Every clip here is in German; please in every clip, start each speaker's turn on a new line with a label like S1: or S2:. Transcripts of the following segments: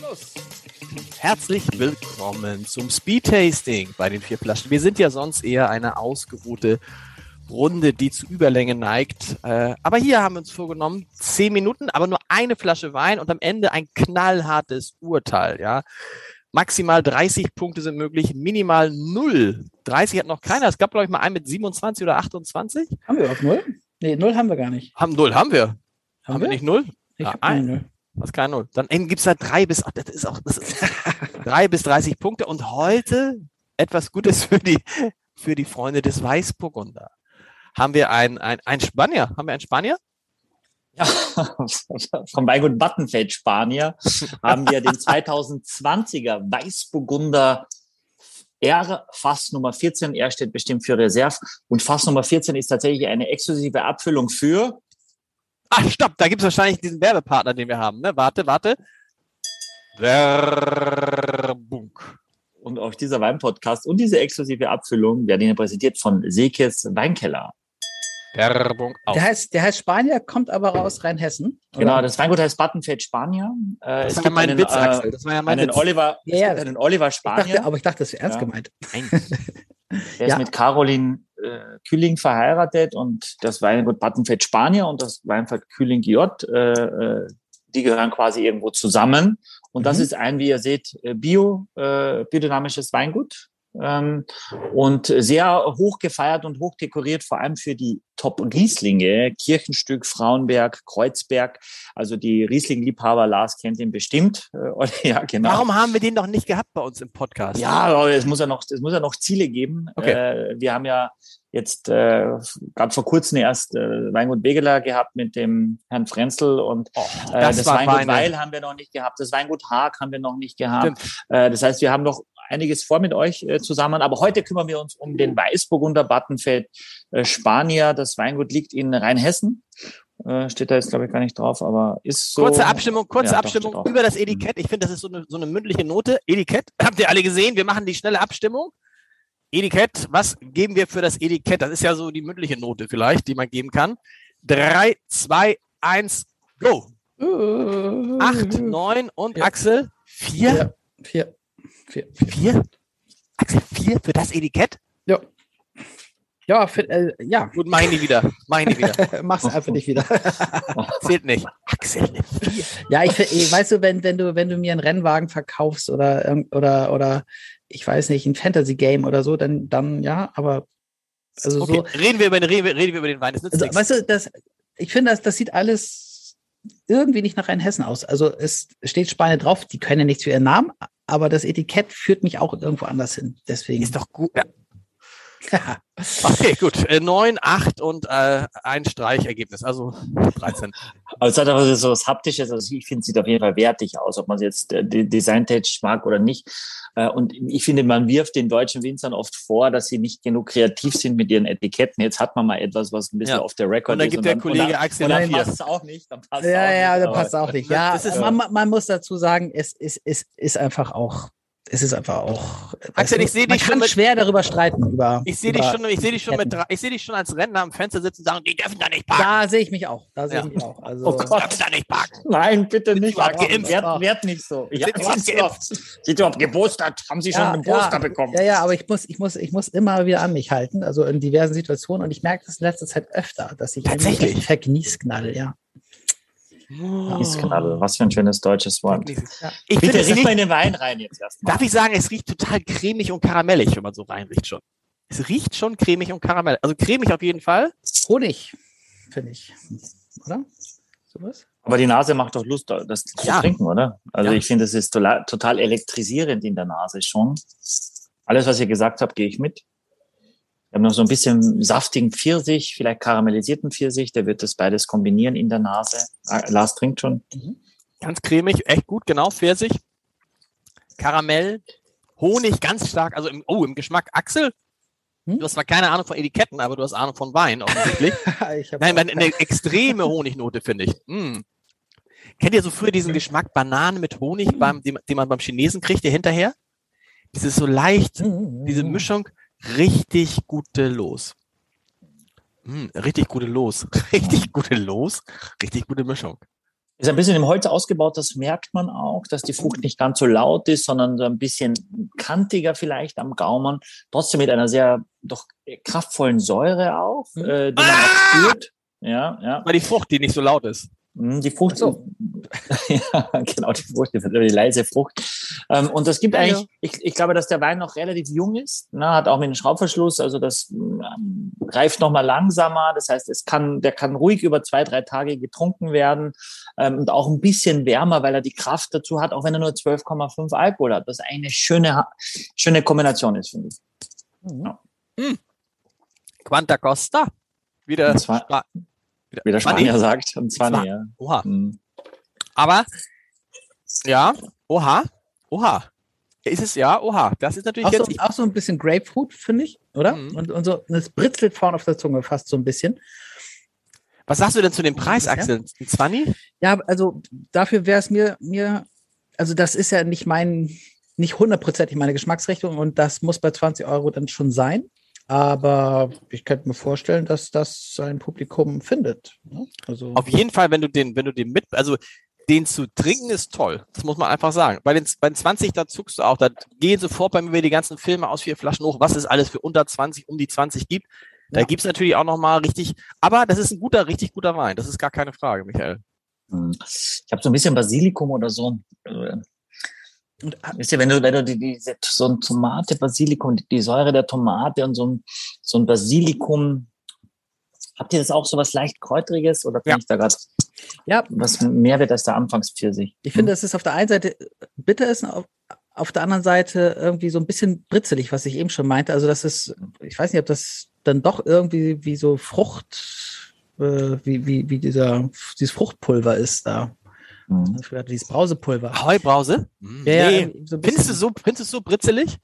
S1: Los. Herzlich willkommen zum Speed Tasting bei den vier Flaschen. Wir sind ja sonst eher eine ausgeruhte Runde, die zu Überlänge neigt. Äh, aber hier haben wir uns vorgenommen, zehn Minuten, aber nur eine Flasche Wein und am Ende ein knallhartes Urteil, ja. Maximal 30 Punkte sind möglich, minimal null. 30 hat noch keiner. Es gab, glaube ich, mal einen mit 27 oder 28.
S2: Haben wir auf null? Nee, null haben wir gar nicht.
S1: Haben null, haben wir. Haben,
S2: Haben Ah,
S1: wir nicht null?
S2: Ich
S1: Ja,
S2: hab keine null.
S1: Was keine Null. Dann gibt es da drei bis, ach, das ist auch, das ist drei bis 30 Punkte. Und heute etwas Gutes für die, für die Freunde des Weißburgunder. Haben wir einen, einen, einen Spanier? Haben wir einen Spanier?
S3: Ja, vom Weingut Battenfeld Spanier haben wir den 2020er Weißburgunder R, Fass Nummer 14. R steht bestimmt für Reserve. Und Fass Nummer 14 ist tatsächlich eine exklusive Abfüllung für.
S1: Ach, stopp, da gibt es wahrscheinlich diesen Werbepartner, den wir haben. Ne? Warte, warte. Werbung.
S3: Und auch dieser Weinpodcast und diese exklusive Abfüllung werden Ihnen präsentiert von Sekes Weinkeller.
S1: Werbung auf.
S2: Der heißt, der heißt Spanier, kommt aber aus Rheinhessen. oder?
S3: Genau, das Weingut heißt Battenfeld Spanier. Äh,
S1: Das
S3: es
S1: war ja
S3: gibt
S1: mein
S3: einen,
S1: Witz,
S3: äh,
S1: Axel. Das war ja mein
S3: Einen
S1: Witz.
S3: Oliver,
S2: Ja, ja.
S3: es gibt einen Oliver
S2: ich dachte,
S3: Spanier.
S2: aber ich dachte, das wäre ernst
S3: Ja.
S2: gemeint.
S3: Er ist
S2: Ja.
S3: mit Caroline äh, Kühling verheiratet und das Weingut Battenfeld Spanier und das Weinfeld Kühling J, äh, äh, die gehören quasi irgendwo zusammen. Und das
S2: Mhm.
S3: ist ein, wie ihr seht, äh, bio, äh, biodynamisches Weingut. Ähm, und sehr hoch gefeiert und hoch dekoriert, vor allem für die Top-Rieslinge, Kirchenstück, Frauenberg, Kreuzberg. Also die Riesling-Liebhaber Lars kennt ihn bestimmt. Äh, Olli, ja, genau.
S1: Warum haben wir den noch nicht gehabt bei uns im Podcast?
S3: Ja, aber es muss ja noch, es muss ja noch Ziele geben.
S1: Okay.
S3: Äh, wir haben ja jetzt äh, gerade vor kurzem erst äh, Weingut Begeler gehabt mit dem Herrn Frenzel und
S1: Oh,
S3: äh, das,
S1: war
S3: Weingut
S1: meine-
S3: Weil haben wir noch nicht gehabt, das Weingut Haag haben wir noch nicht
S1: Stimmt.
S3: gehabt. Äh, das heißt, wir haben noch einiges vor mit euch äh, zusammen, aber heute kümmern wir uns um den Weißburgunder Battenfeld äh, Spanier. Das Weingut liegt in Rheinhessen. Äh, steht da jetzt, glaube ich, gar nicht drauf, aber ist so.
S1: Kurze Abstimmung, kurze
S3: Ja, doch,
S1: Abstimmung
S3: steht drauf.
S1: über das Etikett. Ich finde, das ist so eine, so eine mündliche Note. Etikett, habt ihr alle gesehen? Wir machen die schnelle Abstimmung. Etikett, was geben wir für das Etikett? Das ist ja so die mündliche Note vielleicht, die man geben kann. Drei, zwei, eins, go. Acht, neun und
S2: Mhm. Ja.
S1: Axel, vier,
S2: Äh, Ja. Vier. Vier.
S1: vier. Axel, vier für das Etikett?
S2: Ja. Ja, für, äh, ja.
S1: Gut, mach ich nie wieder. Mach ich nie wieder.
S2: mach's einfach nicht wieder.
S1: Zählt nicht. Axel, eine vier.
S2: Ja, ich, fi- eh, weißt du, wenn, wenn du, wenn du mir einen Rennwagen verkaufst oder, irgend- oder, oder, ich weiß nicht, ein Fantasy-Game oder so, dann, dann ja, aber, also
S1: Okay,
S2: so,
S1: reden, wir über, den- reden, wir, reden wir über den Wein. Das nützt
S2: also,
S1: nichts.
S2: weißt du, das, ich finde, das, das sieht alles irgendwie nicht nach Rheinhessen aus. Also, es steht Spanien drauf, die können ja nichts für ihren Namen, aber das Etikett führt mich auch irgendwo anders hin. Deswegen.
S1: Ist doch gut. Ja. Okay, gut. Äh, 9, 8 und äh, ein Streichergebnis, also 13.
S3: Aber es hat aber so was Haptisches, also ich finde, es sieht auf jeden Fall wertig aus, ob man es jetzt äh, de- designtechnisch mag oder nicht. Äh, Und ich finde, man wirft den deutschen Winzern oft vor, dass sie nicht genug kreativ sind mit ihren Etiketten. Jetzt hat man mal etwas, was ein bisschen
S1: Ja.
S3: auf der Record
S1: Und dann
S3: ist.
S1: gibt der Kollege Axel
S3: und dann
S1: vier.
S3: passt es auch nicht. Dann passt
S2: ja, ja,
S3: es
S2: da
S3: auch
S2: passt
S3: nicht.
S2: auch nicht. Ja,
S1: Das ist-
S2: man, man- man muss dazu sagen, es ist, es ist einfach auch, es ist einfach auch.
S1: Axel, ich seh
S2: man
S1: dich schon
S2: kann
S1: mit-
S2: schwer darüber streiten. Über,
S1: Ich sehe
S2: über,
S1: dich schon, ich sehe dich schon mit drei, ich sehe dich schon als Rentner am Fenster sitzen und sagen, die dürfen da nicht parken.
S2: Da sehe ich mich auch. Da sehe ich
S1: Ja.
S2: mich auch. Also,
S3: Oh
S1: Die
S3: Gott.
S1: dürfen da nicht parken.
S3: Nein, bitte nicht.
S1: überhaupt
S3: Axel.
S1: geimpft?
S3: Werd, werd nicht so. Ja,
S1: Sind Sie
S3: sind, Sie überhaupt, sind Sie überhaupt geboostert? Haben Sie schon
S2: Ja,
S3: einen Booster
S2: ja.
S3: bekommen?
S2: ja, ja, aber ich muss, ich muss, ich muss immer wieder an mich halten. Also in diversen Situationen. Und ich merke das in letzter Zeit öfter, dass ich irgendwie
S1: Tatsächlich?
S2: echt verkniesknalle, ja.
S1: Oh.
S3: Gießknabel, was für ein schönes deutsches Wort.
S1: Ich finde,
S3: Bitte
S1: es
S3: riecht mal
S1: riecht,
S3: in den Wein rein jetzt erstmal.
S1: darf ich sagen, es riecht total cremig und karamellig, wenn man so reinriecht schon. Es riecht schon cremig und karamellig. Also cremig auf jeden Fall.
S2: Honig, finde ich. Oder? Sowas?
S3: Aber die Nase macht doch Lust, das zu
S1: Ja.
S3: trinken, oder? Also
S1: Ja.
S3: ich finde, das ist tola- total elektrisierend in der Nase schon. Alles, was ihr gesagt habt, gehe ich mit. Wir haben noch so ein bisschen saftigen Pfirsich, vielleicht karamellisierten Pfirsich, der wird das beides kombinieren in der Nase. Ah, Lars trinkt schon.
S1: Ganz cremig, echt gut, genau, Pfirsich. Karamell, Honig ganz stark, also im, oh, im Geschmack. Axel,
S2: Hm?
S1: du hast zwar keine Ahnung von Etiketten, aber du hast Ahnung von Wein offensichtlich.
S2: ich hab-
S1: Nein, man, eine extreme Honignote, finde ich. Mm. Kennt ihr so früher diesen Geschmack Banane mit Honig, beim, den, den man beim Chinesen kriegte hinterher? Dieses
S2: Hm,
S1: so leicht, diese Mischung, richtig gute Los. Hm, richtig gute Los. Richtig gute Los. Richtig gute Mischung.
S3: Ist ein bisschen im Holz ausgebaut, das merkt man auch, dass die Frucht nicht ganz so laut ist, sondern so ein bisschen kantiger vielleicht am Gaumen. Trotzdem mit einer sehr doch kraftvollen Säure auch,
S1: Mhm.
S3: äh, die man auch spürt. Ja, ja.
S1: Weil die Frucht, die nicht so laut ist.
S3: Hm, Die Frucht. ja, genau, die Frucht, die, die leise Frucht. Ähm, und das gibt
S1: Ja,
S3: eigentlich,
S1: ja.
S3: ich, ich glaube, dass der Wein noch relativ jung ist, ne, hat auch mit einem Schraubverschluss, also das ähm, reift nochmal langsamer. Das heißt, es kann, der kann ruhig über zwei, drei Tage getrunken werden ähm, und auch ein bisschen wärmer, weil er die Kraft dazu hat, auch wenn er nur 12,5 Alkohol hat. Was eigentlich eine schöne, Ha- schöne Kombination ist, finde ich.
S1: Mhm. Quanta Costa. Wieder,
S2: Mhm.
S3: Und zwar-
S1: Spa-
S3: Wie der
S1: Manni.
S3: Spanier sagt, und zwar
S1: Zwan-
S3: nee, ja.
S1: Oha.
S3: Hm.
S1: Aber, ja, oha, oha. Ist es ja, oha. Das ist natürlich
S2: Auch so,
S1: jetzt. Ich,
S2: auch so ein bisschen Grapefruit, finde ich, oder?
S1: Mhm.
S2: Und, und so, und es britzelt vorne auf der Zunge fast so ein bisschen.
S1: was sagst du denn zu dem Preis, Axel? Ein 20?
S2: Ja, also dafür wäre es mir, mir, also das ist ja nicht mein, nicht hundertprozentig meine Geschmacksrichtung und das muss bei 20 Euro dann schon sein. Aber ich könnte mir vorstellen, dass das sein Publikum findet. Ne? Also,
S1: Auf jeden Fall, wenn du den, wenn du den mit, also den zu trinken ist toll. Das muss man einfach sagen. Bei den, bei den 20, da zuckst du auch. Da gehen sofort bei mir wieder die ganzen Filme aus vier Flaschen hoch, was es alles für unter 20, um die 20 gibt. Da
S2: Ja.
S1: gibt's natürlich auch nochmal richtig, aber das ist ein guter, richtig guter Wein. Das ist gar keine Frage, Michael.
S3: Hm. Ich habe so ein bisschen Basilikum oder so. Äh,
S2: Und- ah,
S3: Wisst ihr, wenn du, wenn du die, diese, so ein Tomate, Basilikum, die, die Säure der Tomate und so ein, so ein Basilikum, habt ihr das auch so was leicht Kräutriges oder bin
S1: Ja.
S3: ich da gerade
S2: Ja.
S3: was mehr wird als der Anfangspfirsich?
S2: ich finde, es ist auf der einen Seite bitter ist, und auf, auf der anderen Seite irgendwie so ein bisschen britzelig, was ich eben schon meinte. Also das ist, ich weiß nicht, ob das dann doch irgendwie wie so Frucht, äh, wie, wie, wie dieser, dieses Fruchtpulver ist da.
S3: Hm.
S2: Früher hatte dieses Brausepulver.
S1: Heubrause? nee.
S2: irgendwie so ein
S1: Findest du
S2: bisschen.
S1: so, findest du es so britzelig?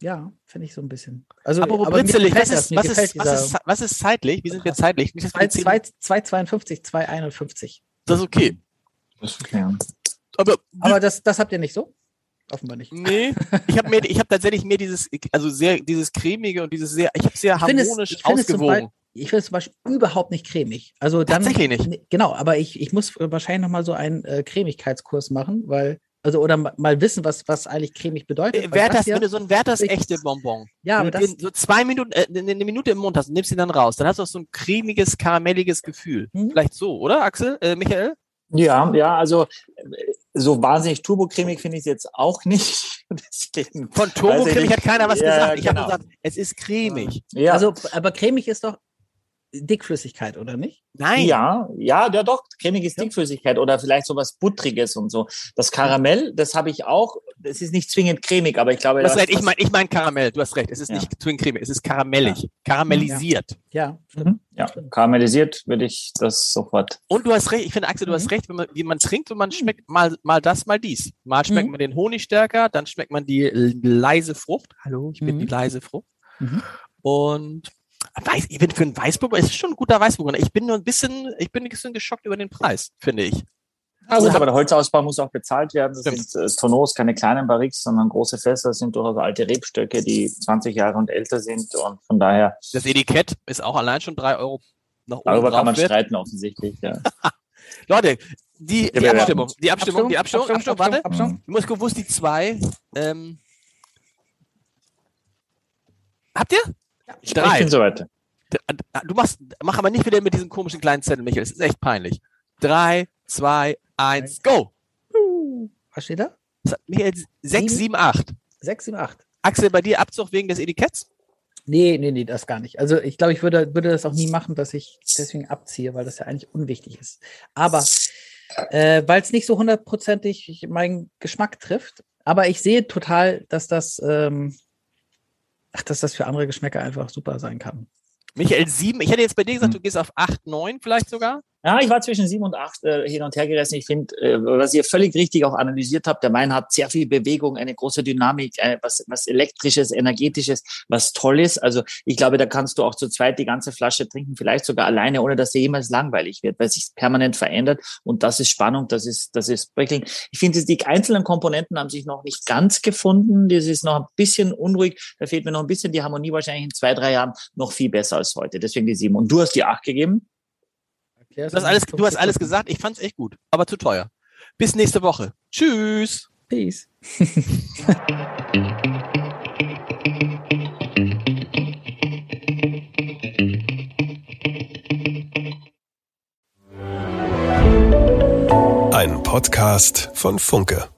S2: Ja, finde ich so ein bisschen. Also,
S1: Aber wo
S2: mir
S1: britzelig, was
S2: gefällt das,
S1: ist,
S2: mir
S1: was,
S2: gefällt
S1: ist, was,
S2: dieser
S1: ist, was ist zeitlich? Wie sind wir zeitlich? Nicht, dass wir
S2: zwei-
S1: zehn-
S2: zwei- 252, 251.
S1: das ist okay.
S3: Ja.
S1: Aber
S2: Aber das, das habt ihr nicht so? Offenbar nicht.
S1: nee, ich habe mir, ich habe tatsächlich mir dieses, also sehr, dieses cremige und dieses sehr, ich habe sehr
S2: Ich finde es-
S1: harmonisch
S2: ich finde es zum
S1: ausgewogen.
S2: Ich finde es zum Beispiel überhaupt nicht cremig. Also dann,
S1: Tatsächlich nicht.
S2: Nee, Genau, aber ich, ich muss wahrscheinlich nochmal so einen äh, Cremigkeitskurs machen, weil, also, oder ma- mal wissen, was, was eigentlich cremig bedeutet.
S1: Äh,
S2: weil
S1: Werthers,
S2: hier-
S1: wenn du so ein Werthers
S2: ich-
S1: echte Bonbon,
S2: ja, aber
S1: wenn du
S2: das,
S1: den so zwei Minuten, äh, eine eine Minute im Mund hast, und nimmst ihn dann raus, dann hast du auch so ein cremiges, karamelliges Gefühl.
S2: Mhm.
S1: Vielleicht so, oder Axel, äh, Michael?
S3: ja, ja, also äh, so wahnsinnig turbocremig finde ich es jetzt auch nicht. Deswegen,
S1: Von Turbo
S3: Weiß ich
S1: cremig
S3: nicht.
S1: hat keiner was
S3: Ja,
S1: gesagt. Ich
S3: genau.
S1: habe gesagt, es ist cremig.
S3: ja.
S2: also, aber cremig ist doch Dickflüssigkeit, oder nicht?
S1: Nein.
S3: Ja, ja, ja doch, cremige Stickflüssigkeit oder vielleicht sowas Buttriges und so. Das Karamell, das habe ich auch. Es ist nicht zwingend cremig, aber ich glaube,
S1: Du hast
S3: das-
S1: recht, halt, ich
S3: das-
S1: meine ich mein Karamell, du hast recht, es ist
S3: Ja.
S1: nicht Twin Creme, es ist karamellig, karamellisiert.
S2: Ja,
S3: Mhm. Ja, karamellisiert würde ich das sofort.
S1: Und du hast recht, ich finde, Axel, du
S2: Mhm.
S1: hast recht, wenn man, wie man trinkt und man schmeckt mal, mal das, mal dies. Mal schmeckt
S2: Mhm.
S1: man den Honig stärker, dann schmeckt man die l- leise Frucht. Hallo, ich bin
S2: Mhm.
S1: die leise Frucht.
S2: Mhm.
S1: Und Weiß, ich bin für einen Weißburger, es ist schon ein guter Weißburger. Ich bin nur ein bisschen, ich bin ein bisschen geschockt über den Preis, finde ich.
S3: Also,
S1: Ja.
S3: aber der Holzausbau muss auch bezahlt werden. Das
S1: Ah, Stimmt.
S3: sind äh, Tonneaus, keine kleinen Barriques, sondern große Fässer. Das sind durchaus alte Rebstöcke, die 20 Jahre und älter sind. Und von daher,
S1: Das Etikett ist auch allein schon drei Euro nach oben
S3: darüber kann man
S1: wert.
S3: streiten offensichtlich. Ja.
S1: Leute, die, die
S3: bewerten.
S1: Abstimmung, die Abstimmung, die Abstimmung, Abstimmung, warte.
S3: Mhm.
S2: Abstimmung.
S1: Ich muss gucken, wo ist die 2? Ähm, habt ihr?
S3: Ich
S1: Drei.
S3: bin so weiter.
S1: D- Du machst, mach aber nicht wieder mit diesem komischen kleinen Zettel, Michael. Es ist echt peinlich. 3, 2, 1, go!
S2: Was steht da?
S1: Das hat Michael 6,
S2: Sieben.
S1: 7, 8.
S2: 6, 7, 8.
S1: Axel, bei dir Abzug wegen des Etiketts?
S2: Nee, nee, nee, das gar nicht. Also ich glaube, ich würde, würde das auch nie machen, dass ich deswegen abziehe, weil das ja eigentlich unwichtig ist. Aber äh, weil es nicht so hundertprozentig meinen Geschmack trifft, aber ich sehe total, dass das, ähm, ach, dass das für andere Geschmäcker einfach super sein kann.
S1: Michael 7. Ich hätte jetzt bei dir gesagt,
S3: Hm.
S1: du gehst auf 8, 9 vielleicht sogar.
S3: Ja, ich war zwischen sieben und acht äh, hin und her gerissen. Ich finde, äh, was ihr völlig richtig auch analysiert habt, der Wein hat sehr viel Bewegung, eine große Dynamik, äh, was, was elektrisches, energetisches, was tolles. Also ich glaube, da kannst du auch zu zweit die ganze Flasche trinken, vielleicht sogar alleine, ohne dass dir jemals langweilig wird, weil sich permanent verändert. Und das ist Spannung, das ist, das ist Breckling. Ich finde, die einzelnen Komponenten haben sich noch nicht ganz gefunden. Das ist noch ein bisschen unruhig. Da fehlt mir noch ein bisschen die Harmonie wahrscheinlich in zwei, drei Jahren noch viel besser als heute. Deswegen die sieben. Und du hast die acht gegeben.
S1: Du hast alles, du hast alles gesagt. Ich fand's echt gut, aber zu teuer. Bis nächste Woche. Tschüss.
S2: Peace.
S4: Ein Podcast von Funke.